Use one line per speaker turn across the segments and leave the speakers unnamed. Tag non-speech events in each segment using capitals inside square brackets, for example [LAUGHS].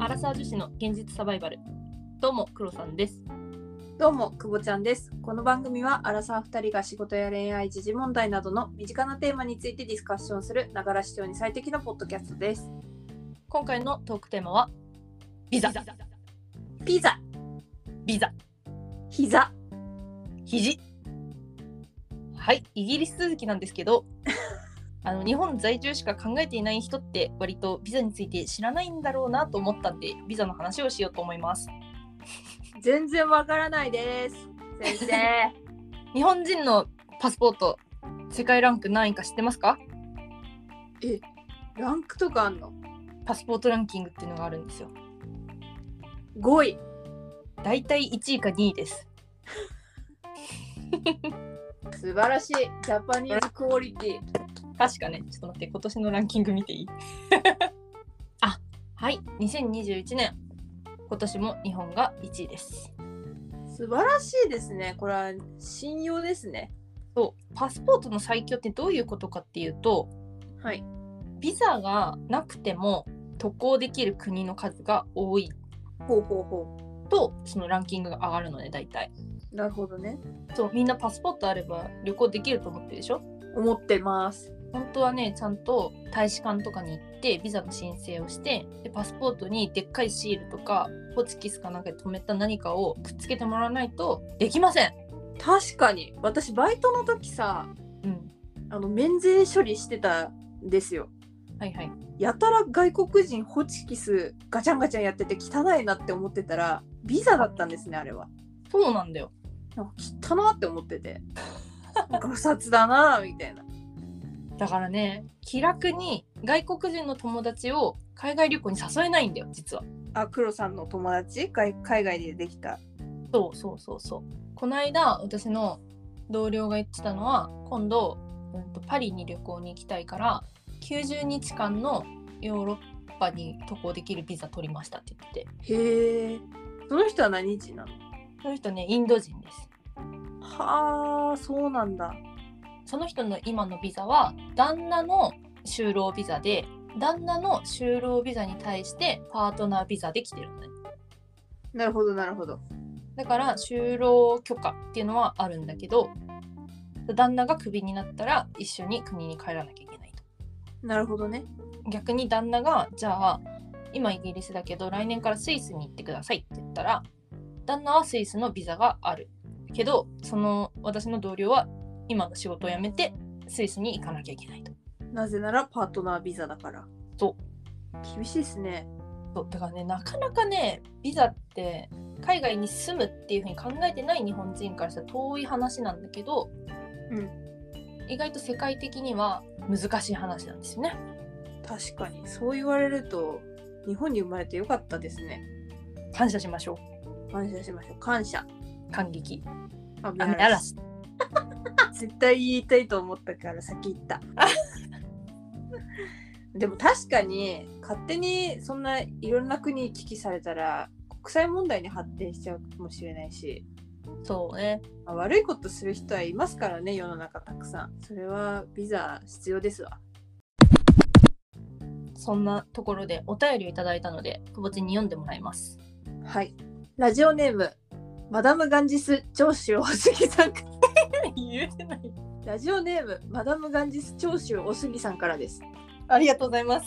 アラサー女子の現実サバイバルどうもクロさんです
どうも、くぼちゃんです。この番組は、アラサー2人が仕事や恋愛、時事問題などの身近なテーマについてディスカッションする、ながら視聴に最適なポッドキャストです。
今回のトークテーマはビザ
ピザ、
ビザ
膝、
肘はいイギリス続きなんですけどあの日本在住しか考えていない人って割とビザについて知らないんだろうなと思ったんでビザの話をしようと思います
全然わからないです。先生、
[LAUGHS] 日本人のパスポート世界ランク何位か知ってますか
ランクとかあんの
パスポートランキングっていうのがあるんですよ
?5 位。
だいたい1位か2位です
素晴らしい。ジャパニーズクオリティ。
確かね、ちょっと待って、今年のランキング見ていい [LAUGHS] あはい、2021年、今年も日本が1位です。
素晴らしいですね。これは信用ですね。
そう、パスポートの最強ってどういうことかっていうと、
はい。
ビザがなくても渡航できる国の数が多い
ほうほうほ
と、そのランキングが上がるので、大体。
う。なるほどね。
そう、みんなパスポートあれば旅行できると思ってるでしょ
思ってます。
本当はねちゃんと大使館とかに行ってビザの申請をしてでパスポートにでっかいシールとかホチキスかなんかで留めた何かをくっつけてもらわないとできません、
確かに、私、バイトの時さ、
うん、
あの免税処理してたんですよ。
はいはい
やたら外国人ホチキスガチャンガチャンやってて汚いなって思ってたらビザだったんですねあれは
そうなんだよ
なんか汚なって思って [LAUGHS] てガサツだなみたいな
だからね気楽に外国人の友達を海外旅行に誘えないんだよ実は
あ黒さんの友達海海外でできた
そうそうそうそうこの間私の同僚が言ってたのは今度、うん、とパリに旅行に行きたいから90日間のヨーロッパに渡航できるビザ取りましたって言ってて
へえその人は何人なの
その人ねインド人です
はあそうなんだ
その人の今のビザは旦那の就労ビザで旦那の就労ビザに対してパートナービザで来てるのね
なるほどなるほど
だから就労許可っていうのはあるんだけど旦那がクビになったら一緒に国に帰らなきゃいけないと。
なるほどね
逆に旦那がじゃあ今イギリスだけど来年からスイスに行ってくださいって言ったら旦那はスイスのビザがあるけどその私の同僚は今の仕事を辞めてスイスに行かなきゃいけないと
なぜならパートナービザだから
そ
厳しいですね
そうだからねなかなかねビザって海外に住むっていうふうに考えてない日本人からしたら遠い話なんだけど、
うん
意外と世界的には難しい話なんですよね
確かにそう言われると日本に生まれてよかったですね
感謝しましょ
感謝しましょう感謝
う感激
雨
雨嵐
[LAUGHS] 絶対言いたいと思ったから先 [LAUGHS] 言ったでも確かに勝手にそんないろんな国に危機されたら国際問題に発展しちゃうかもしれないし、
そうね
まあ悪いことする人はいますからね世の中たくさんそれはビザ必要ですわ
そんなところでお便りをいただいたので、くぼちんに読んでもらいます。
はいラジオネームマダムガンジス長州お杉さん
言えてない。
ラジオネームマダムガンジス長州おすぎさんからです
ありがとうございます。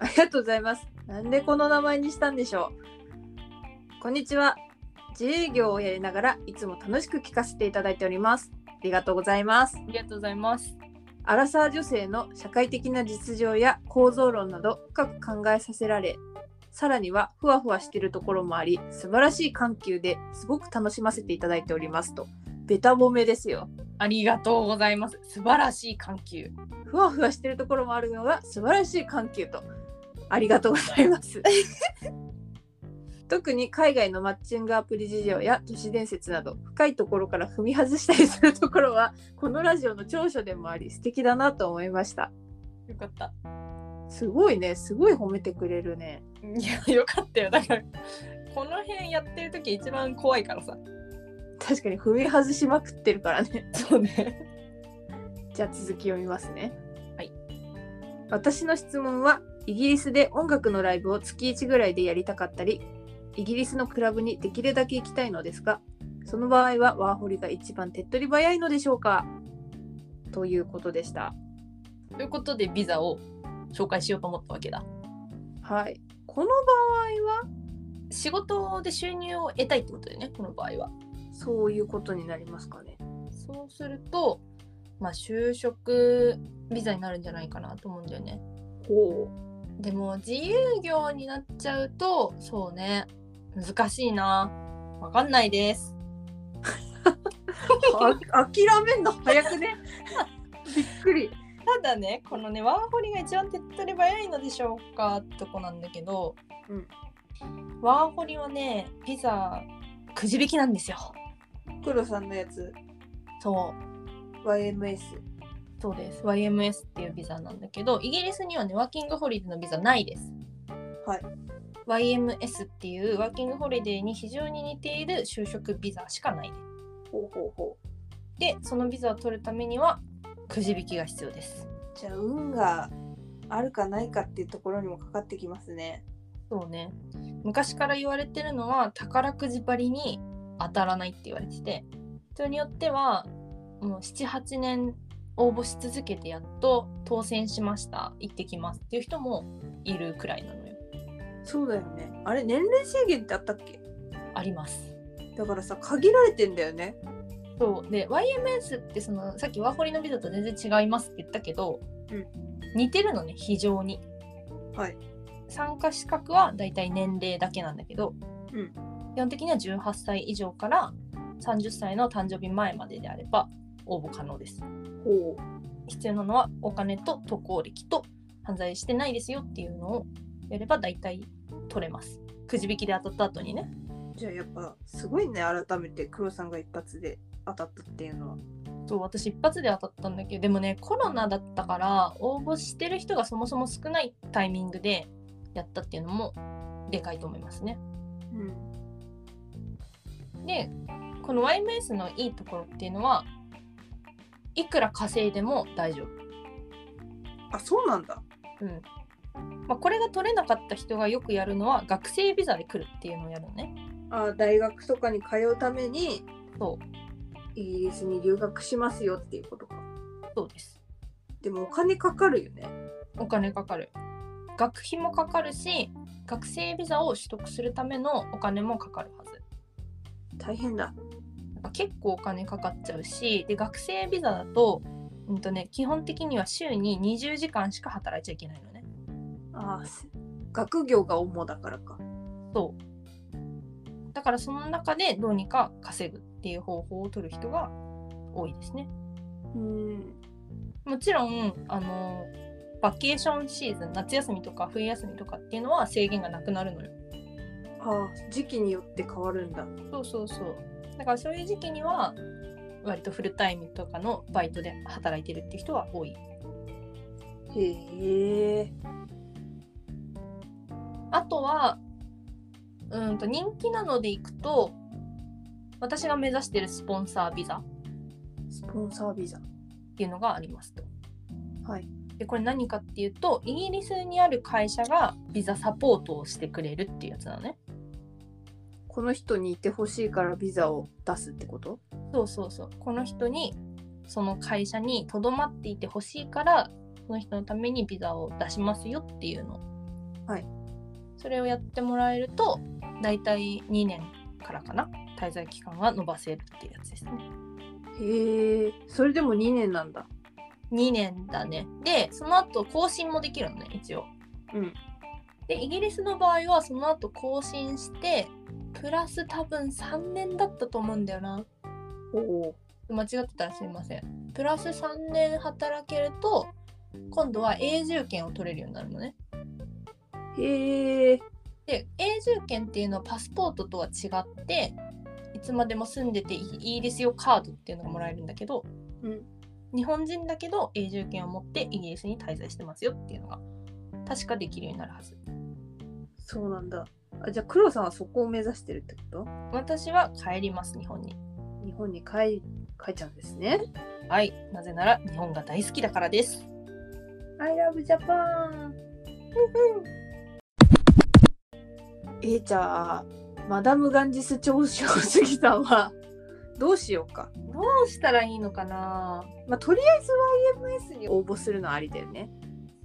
ありがとうございます。なんでこの名前にしたんでしょう。こんにちは。自営業をやりながらいつも楽しく聞かせていただいております。ありがとうございます。
ありがとうございます。
アラサー女性の社会的な実情や構造論など深く考えさせられ、さらにはふわふわしているところもあり、素晴らしい緩急ですごく楽しませていただいておりますと。ベタ褒めですよ。
ありがとうございます。素晴らしい緩急。
ふわふわしてるところもあるのが素晴らしい緩急とありがとうございます特に海外のマッチングアプリ事情や都市伝説など深いところから踏み外したりするところはこのラジオの長所でもあり素敵だなと思いました
よかった。
すごいねすごい褒めてくれるね
いや、よかったよ。だから、この辺やってる時一番怖いからさ。
確かに踏み外しまくってるからね
そうね。
じゃあ続き読みますね。
はい。
私の質問はイギリスで音楽のライブを月1ぐらいでやりたかったり、イギリスのクラブにできるだけ行きたいのですが、その場合はワーホリが一番手っ取り早いのでしょうかということでした。
ということでビザを紹介しようと思ったわけだ
はい。この場合は
仕事で収入を得たいってことだよねこの場合は
そういうことになりますかね。
そうするとまあ就職ビザになるんじゃないかなと思うんだよね
ほ
でも自由業になっちゃうとそうね難しいなわかんないです
う。あ諦めんの早く [LAUGHS] ね。びっくり。
ただねこのねワーホリが一番手っ取り早いのでしょうかってとこなんだけど、
うん
ワーホリはねピザくじ引きなんですよ
黒さんのやつ、
そう
YMS。
そうです。YMS っていうビザなんだけど、イギリスにはね、ワーキングホリデーのビザないです。
はい。
YMS っていうワーキングホリデーに非常に似ている就職ビザしかない
ほうほうほう。
で、そのビザを取るためには、くじ引きが必要です。
じゃあ、運があるかないかっていうところにもかかってきますね。
そうね。昔から言われてるのは、宝くじばりに当たらないって言われてて、人によっては、もう7、8年応募し続けてやっと当選しました、行ってきますっていう人もいるくらいなのよ。
そうだよね。あれ、年齢制限ってあったっけ
あります。
だからさ、限られてんだよね。
そうで YMS ってそのさっきワーホリのビザと全然違いますって言ったけど、
うん
似てるのね非常に
はい
参加資格はだいたい年齢だけなんだけど、
うん
基本的には18歳以上から30歳の誕生日前までであれば応募可能です
ほう。
必要なのはお金と渡航歴と犯罪してないですよっていうのをやればだいたい取れますくじ引きで当たった後にね
じゃあ、やっぱ、すごいね、改めて黒さんが一発で当たったっていうのは。
そう私一発で当たったんだけどでもねコロナだったから応募してる人がそもそも少ないタイミングでやったっていうのもでかいと思いますね。
うん。
でこの YMS のいいところっていうのはいくら稼いでも大丈夫。
あ、そうなんだ。
うんまあ、これが取れなかった人がよくやるのは学生ビザで来るっていうのをやるのね。
あ大学とかに通うために
そ
イギリスに留学しますよっていうことか
うそうです。
でもお金かかるよね
お金かかる。学費もかかるし学生ビザを取得するためのお金もかかるはず。
大変だ
なんか結構お金かかっちゃうしで学生ビザだと,、うんとね、基本的には週に20時間しか働いちゃいけないのね。
あーす学業が主だからか
そうだからその中でどうにか稼ぐっていう方法を取る人が多いですね。
うん
もちろんあのバケーションシーズン夏休みとか冬休みとかっていうのは制限がなくなるのよ。
あー時期によって変わるんだ
そうそうそうだからそういう時期には割とフルタイムとかのバイトで働いてるっていう人は多い
へえ
あとはうーんと人気なので行くと私が目指してるスポンサービザっ
スポンサービザ
ていうのがありますと。
はい
でこれ何かっていうとイギリスにある会社がビザサポートをしてくれるっていうやつなのね。
この人にいてほしいからビザを出すってこと
そうそうそうこの人にその会社にとどまっていてほしいからその人のためにビザを出しますよっていうの。
はい
それをやってもらえるとだいたい2年からかな滞在期間が延ばせるっていうやつですね。
へえそれでも2年なんだ
2年だねでその後更新もできるのね一応
うん
でイギリスの場合はその後更新してプラス多分3年だったと思うんだよな
おお
間違ってたらすいませんプラス3年働けると今度は永住権を取れるようになるのね
へえ
で永住権っていうのはパスポートとは違っていつまでも住んでてイギリス用カードっていうのがもらえるんだけど
うん
日本人だけど永住権を持ってイギリスに滞在してますよっていうのが確かできるようになるはず
そうなんだあじゃあ黒さんはそこを目指してるってこと
私は帰ります日本に
日本に帰帰っちゃうんですね。
はいなぜなら日本が大好きだからです
I love Japan! えー、じゃあマダム・ガンジス長州杉さんはどうしようか、
どうしたらいいのかな
まあ、とりあえず YMS に応募するのはありだよね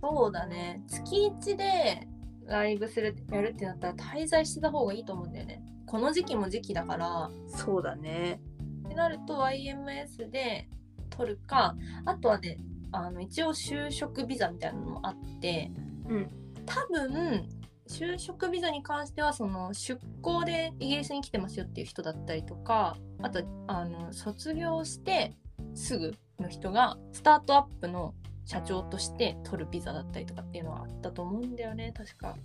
そうだね。月1でライブするやるってなったら滞在してた方がいいと思うんだよね。この時期も時期だから。
そうだね
ってなると YMS で取るか、あとはね、あの一応就職ビザみたいなのもあって、
うん
多分就職ビザに関してはその出向でイギリスに来てますよっていう人だったりとかあとあの卒業してすぐの人がスタートアップの社長として取るビザだったりとかっていうのはあったと思うんだよね確か。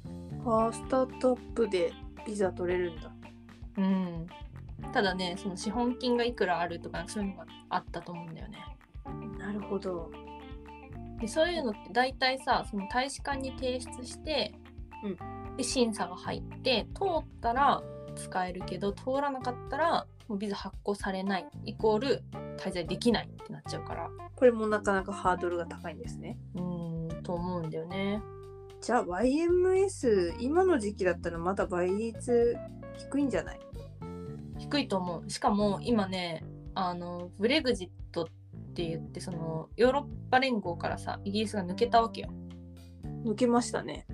ファーストアップでビザ取れるんだ
うん、ただねその資本金がいくらあるとかそういうのがあったと思うんだよね。
なるほど
でそういうのって大体さその大使館に提出して、で審査が入って通ったら使えるけど通らなかったらもうビザ発行されないイコール滞在できないってなっちゃうから
これもなかなかハードルが高いんですね
うーんと思うんだよね。
じゃあ YMS 今の時期だったらまだ倍率低いんじゃない
低いと思うしかも今ねあのブレグジットって言ってそのヨーロッパ連合からさイギリスが抜けたわけよ。
抜けましたね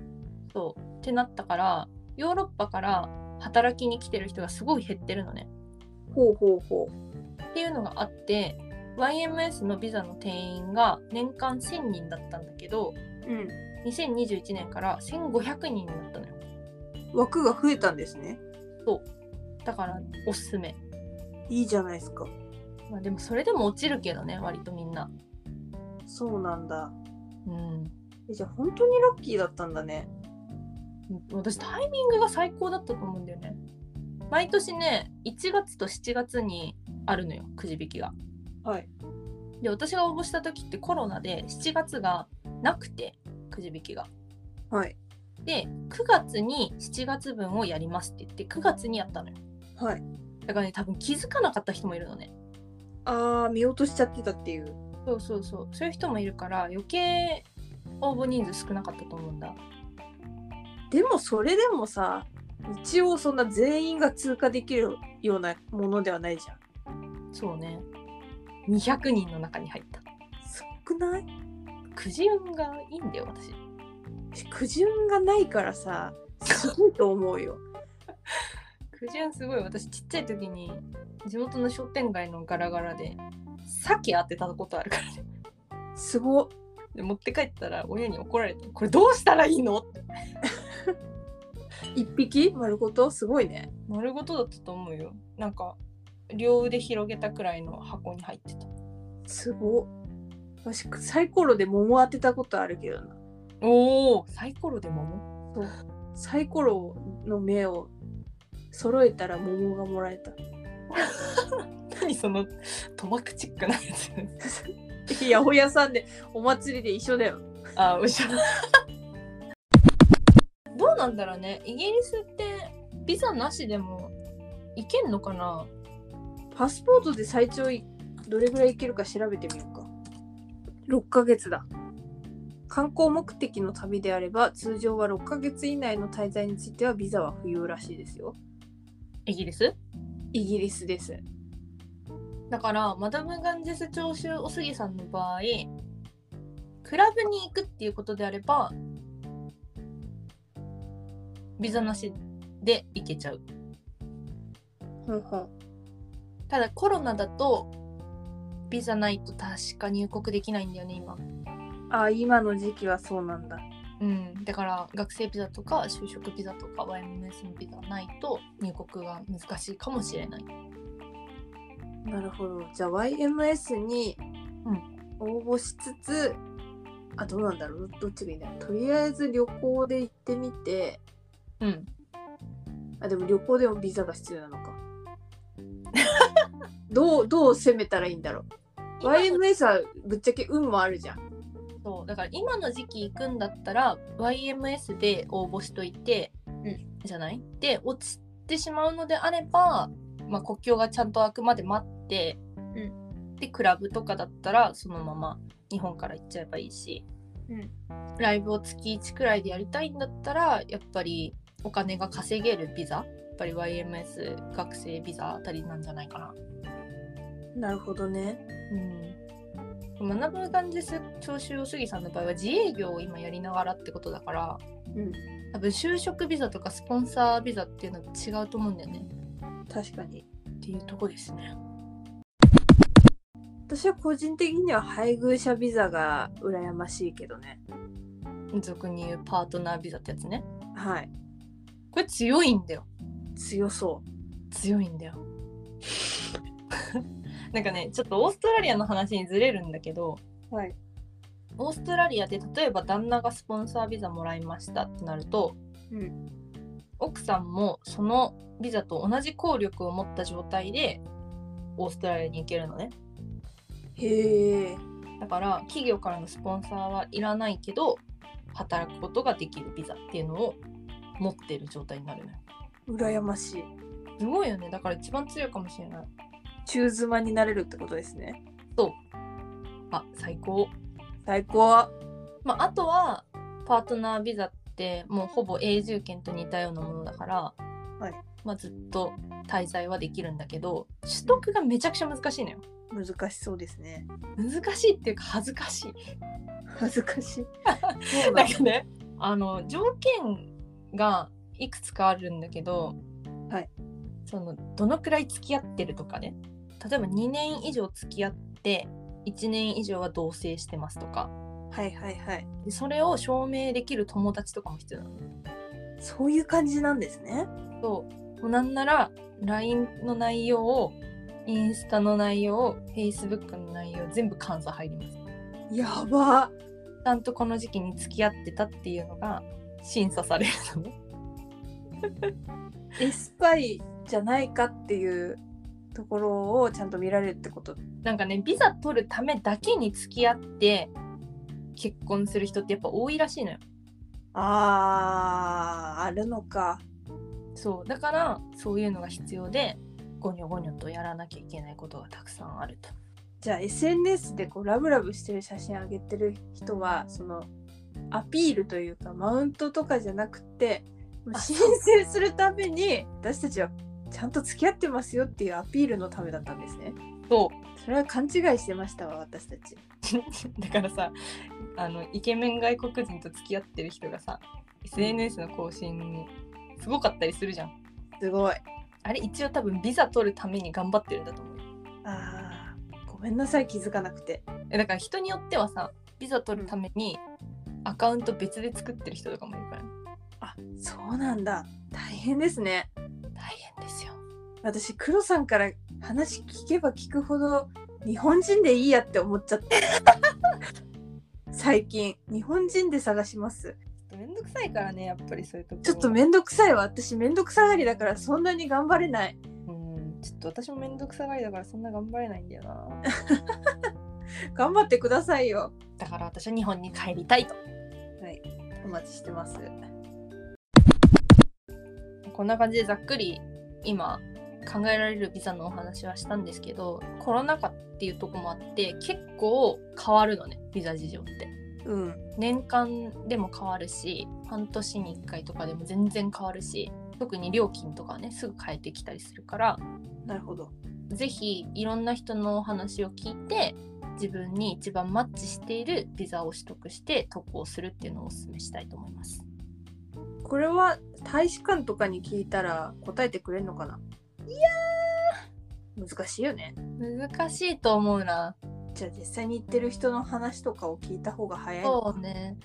そうってなったからヨーロッパから働きに来てる人がすごい減ってるのね。
ほうほうほう
っていうのがあって YMS のビザの定員が年間1000人だったんだけど
うん
2021年から1500人になったのよ
枠が増えたんですね
だからおすすめ、
いいじゃないですか
まあ、でもそれでも落ちるけどね割とみんな
そうなんだ
うん
えじゃあ本当にラッキーだったんだね
私タイミングが最高だったと思うんだよね毎年ね1月と7月にあるのよくじ引きが
はい
で私が応募した時ってコロナで7月がなくてくじ引きが
はい
で9月に7月分をやりますって言って9月にやったのよ
はい
だからね多分気づかなかった人もいるのね
あー見落としちゃってたっていう
そうそうそうそういう人もいるから余計応募人数少なかったと思うんだ
でもそれでもさ一応そんな全員が通過できるようなものではないじゃん
そうね200人の中に入った
少ない
くじ運がいいんだよ私
苦順がないからさすごいと思うよ
くじ運すごい私ちっちゃい時に地元の商店街のガラガラで鮭当てたことあるからね
すごっ
で持って帰ったら親に怒られて「これどうしたらいいの?」って
一匹丸ごとすごいね
丸ごとだったと思うよなんか両腕広げたくらいの箱に入ってた
すごっ私サイコロで桃当てたことあるけどな
おおサイコロで桃
サイコロの目を揃えたら桃がもらえた
何その賭博チックなやつ
八百屋さんでお祭りで一緒だよ
あおいしょどうなんだろうねイギリスってビザなしでも行けんのかな
パスポートで最長いどれぐらいいけるか調べてみようか6ヶ月だ観光目的の旅であれば通常は6ヶ月以内の滞在についてはビザは不要らしいですよ
イギリス
イギリスです
だからマダム・ガンジェス長州おすぎさんの場合クラブに行くっていうことであればビザなしで行けちゃう
ほんほん
ただコロナだとビザないと確か入国できないんだよね今
あ今の時期はそうなんだ
うんだから学生ビザとか就職ビザとか YMS のビザないと入国が難しいかもしれない
なるほどじゃあ YMS に応募しつつ、あどうなんだろうどどっちがいいんだろうとりあえず旅行で行ってみて
うん
あでも旅行でもビザが必要なのか [LAUGHS] どうどう攻めたらいいんだろう YMS はぶっちゃけ運もあるじゃん
そうだから今の時期行くんだったら YMS で応募しといて、
ん
じゃないで落ちてしまうのであれば、まあ、国境がちゃんと開くまで待って、
う
でクラブとかだったらそのまま日本から行っちゃえばいいし
うん
ライブを月1くらいでやりたいんだったらやっぱりお金が稼げるビザやっぱり YMS 学生ビザあたりなんじゃないかな。
なるほどね。
うん、学ぶ感じです長州お主義さんの場合は自営業を今やりながらってことだから
うん、
多分就職ビザとかスポンサービザっていうのは違うと思うんだよね
確かに。
っていうとこですね。
私は個人的には配偶者ビザが羨ましいけどね。
俗に言うパートナービザってやつね。
はい。
これ強いんだよ。
強そ
強いんだよ。 [LAUGHS] なんかねちょっとオーストラリアの話にずれるんだけど
う。はい。
オーストラリアで例えば旦那がスポンサービザもらいましたってなると、
うん
奥さんもそのビザと同じ効力を持った状態でオーストラリアに行けるのね
へえ。
だから企業からのスポンサーはいらないけど働くことができるビザっていうのを持ってる状態になるのよ
羨ましい。
すごいよねだから一番強いかもしれない
中妻になれるってことですね。
あ最高
最高。
まあ、あとはパートナービザってもうほぼ永住権と似たようなものだから、
はい
まあ、ずっと滞在はできるんだけど取得がめちゃくちゃ難しいのよ。
難しそうですね。
難しいっていうか恥ずかしい。
恥ずかしい。 [LAUGHS] そう
[LAUGHS] な
だ
ん。かねあの条件がいくつかあるんだけど、
はい
そのどのくらい付き合ってるとかね例えば2年以上付き合って1年以上は同棲してますとか
はいはいはい。
でそれを証明できる友達とかも必要なの。
そういう感じなんですね。
そうもうなんなら LINE の内容をインスタの内容を Facebook の内容全部監査入ります
やば。
ちゃんとこの時期に付き合ってたっていうのが審査されるのね
エスパイじゃないかっていうところをちゃんと見られるってこと。
なんかねビザ取るためだけに付き合って結婚する人ってやっぱ多いらしいのよ
あーあるのか。
そうだからそういうのが必要でゴニョゴニョとやらなきゃいけないことがたくさんあると
じゃあ SNS でこうラブラブしてる写真上げてる人はそのアピールというかマウントとかじゃなくてもう
あ
申請するために私たちはちゃんと付き合ってますよっていうアピールのためだったんですね。
そう
それは勘違いしてましたわ私たち。
[LAUGHS] だからさあのイケメン外国人と付き合ってる人がさ SNS の更新にすごかったりするじゃん
すごい。
あれ一応多分ビザ取るために頑張ってるんだと思う
あーごめんなさい気づかなくて。
えだから人によってはさビザ取るためにアカウント別で作ってる人とかもいるからね
あそうなんだ大変ですね。
大変ですよ
私黒さんから話聞けば聞くほど日本人でいいやって思っちゃった
[LAUGHS]
最近日本人で探します
めんどくさいからねやっぱりそういうとこ
ちょっとめんどくさいわ私めんどくさがりだからそんなに頑張れない
うんちょっと私もめんどくさがりだからそんな頑張れないんだよな
頑張ってくださいよ
だから私は日本に帰りたいと
お待ちしてます
こんな感じでざっくり今考えられるビザのお話はしたんですけどコロナ禍っていうとこもあって結構変わるのねビザ事情って
うん
年間でも変わるし半年に1回とかでも全然変わるし特に料金とかはねすぐ変えてきたりするから
なるほど
是非いろんな人のお話を聞いて自分に一番マッチしているビザを取得して渡航するっていうのをお勧めしたいと思います。
これは大使館とかに聞いたら答えてくれるのかないや難しいよね
難しいと思うな
じゃあ実際に行ってる人の話とかを聞いた方が早いの
そ
か
うね。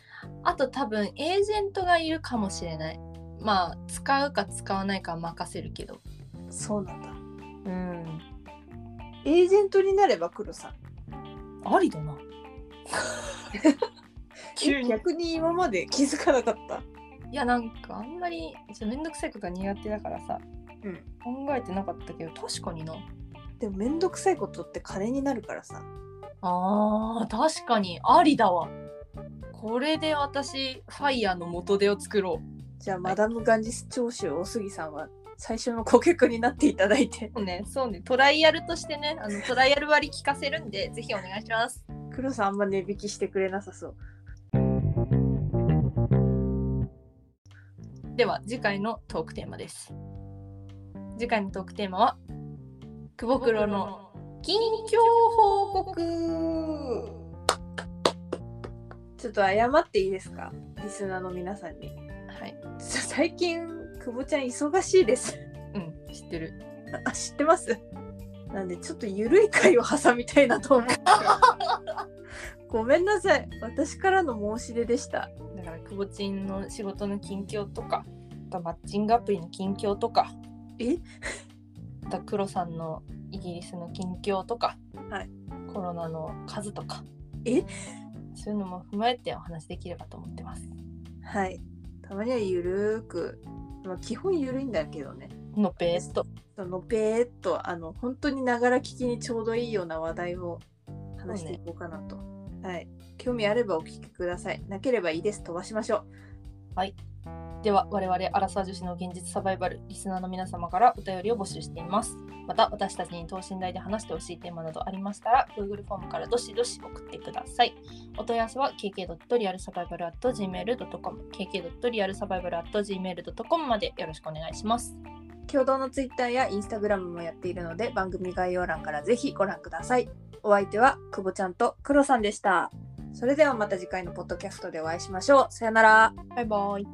あと多分エージェントがいるかもしれない。まあ使うか使わないかは任せるけど。
そうなんだ
うん。
エージェントになれば黒さん
ありだ [LAUGHS] な。急に。い
逆に今まで気づかなかった
やなんかあんまりちょめんどくさいことが苦手だからさ、
うん
考えてなかったけど確かにな。
でも面倒くさいことって金になるからさ
あー確かにありだわ。これで私ファイヤーの元手を作ろ
じゃあマダム・ガンジス長州大杉さんは最初の顧客になっていただい
[LAUGHS]
て
う。ね、そうね。トライアルとしてね、あのトライアル割聞かせるんで、ぜひお願いします。
黒さんあんま値引きしてくれなさそう
では次回のトークテーマです次回のトークテーマは久保黒の近況報告
ちょっと謝っていいですかリスナーの皆さんに。 [LAUGHS]
はい
ちょっと最近、久保ちゃん忙しいです。 [LAUGHS]
うん知ってる
あ、知ってますなんで、ちょっとゆるい回を挟みたいなと思って。ごめんなさい。私からの申し出でした。
だから久保ちんの仕事の近況とかあとマッチングアプリの近況とか
え
あと黒さんのイギリスの近況とか、
はい
コロナの数とか
え
そういうのも踏まえてお話できればと思ってます
はい。たまにはゆるーく、まあ、基本ゆるいんだけどね。
のペースト
そのべーっと、あの、本当にながら聞きにちょうどいいような話題を話していこうかなと。はい。興味あればお聞きください。なければいいです。飛ばしましょう。
では我々アラサー女子の現実サバイバルリスナーの皆様からお便りを募集していますまた私たちに等身大で話してほしいテーマなどありましたら Google フォームからどしどし送ってくださいお問い合わせは kk.realsurvival.gmail.com kk.realsurvival.gmail.com までよろしくお願いします
共同のツイッターやインスタグラムもやっているので番組概要欄からぜひご覧くださいお相手は久保ちゃんとクロさんでしたそれではまた次回のポッドキャストでお会いしましょうさよなら
バイバイ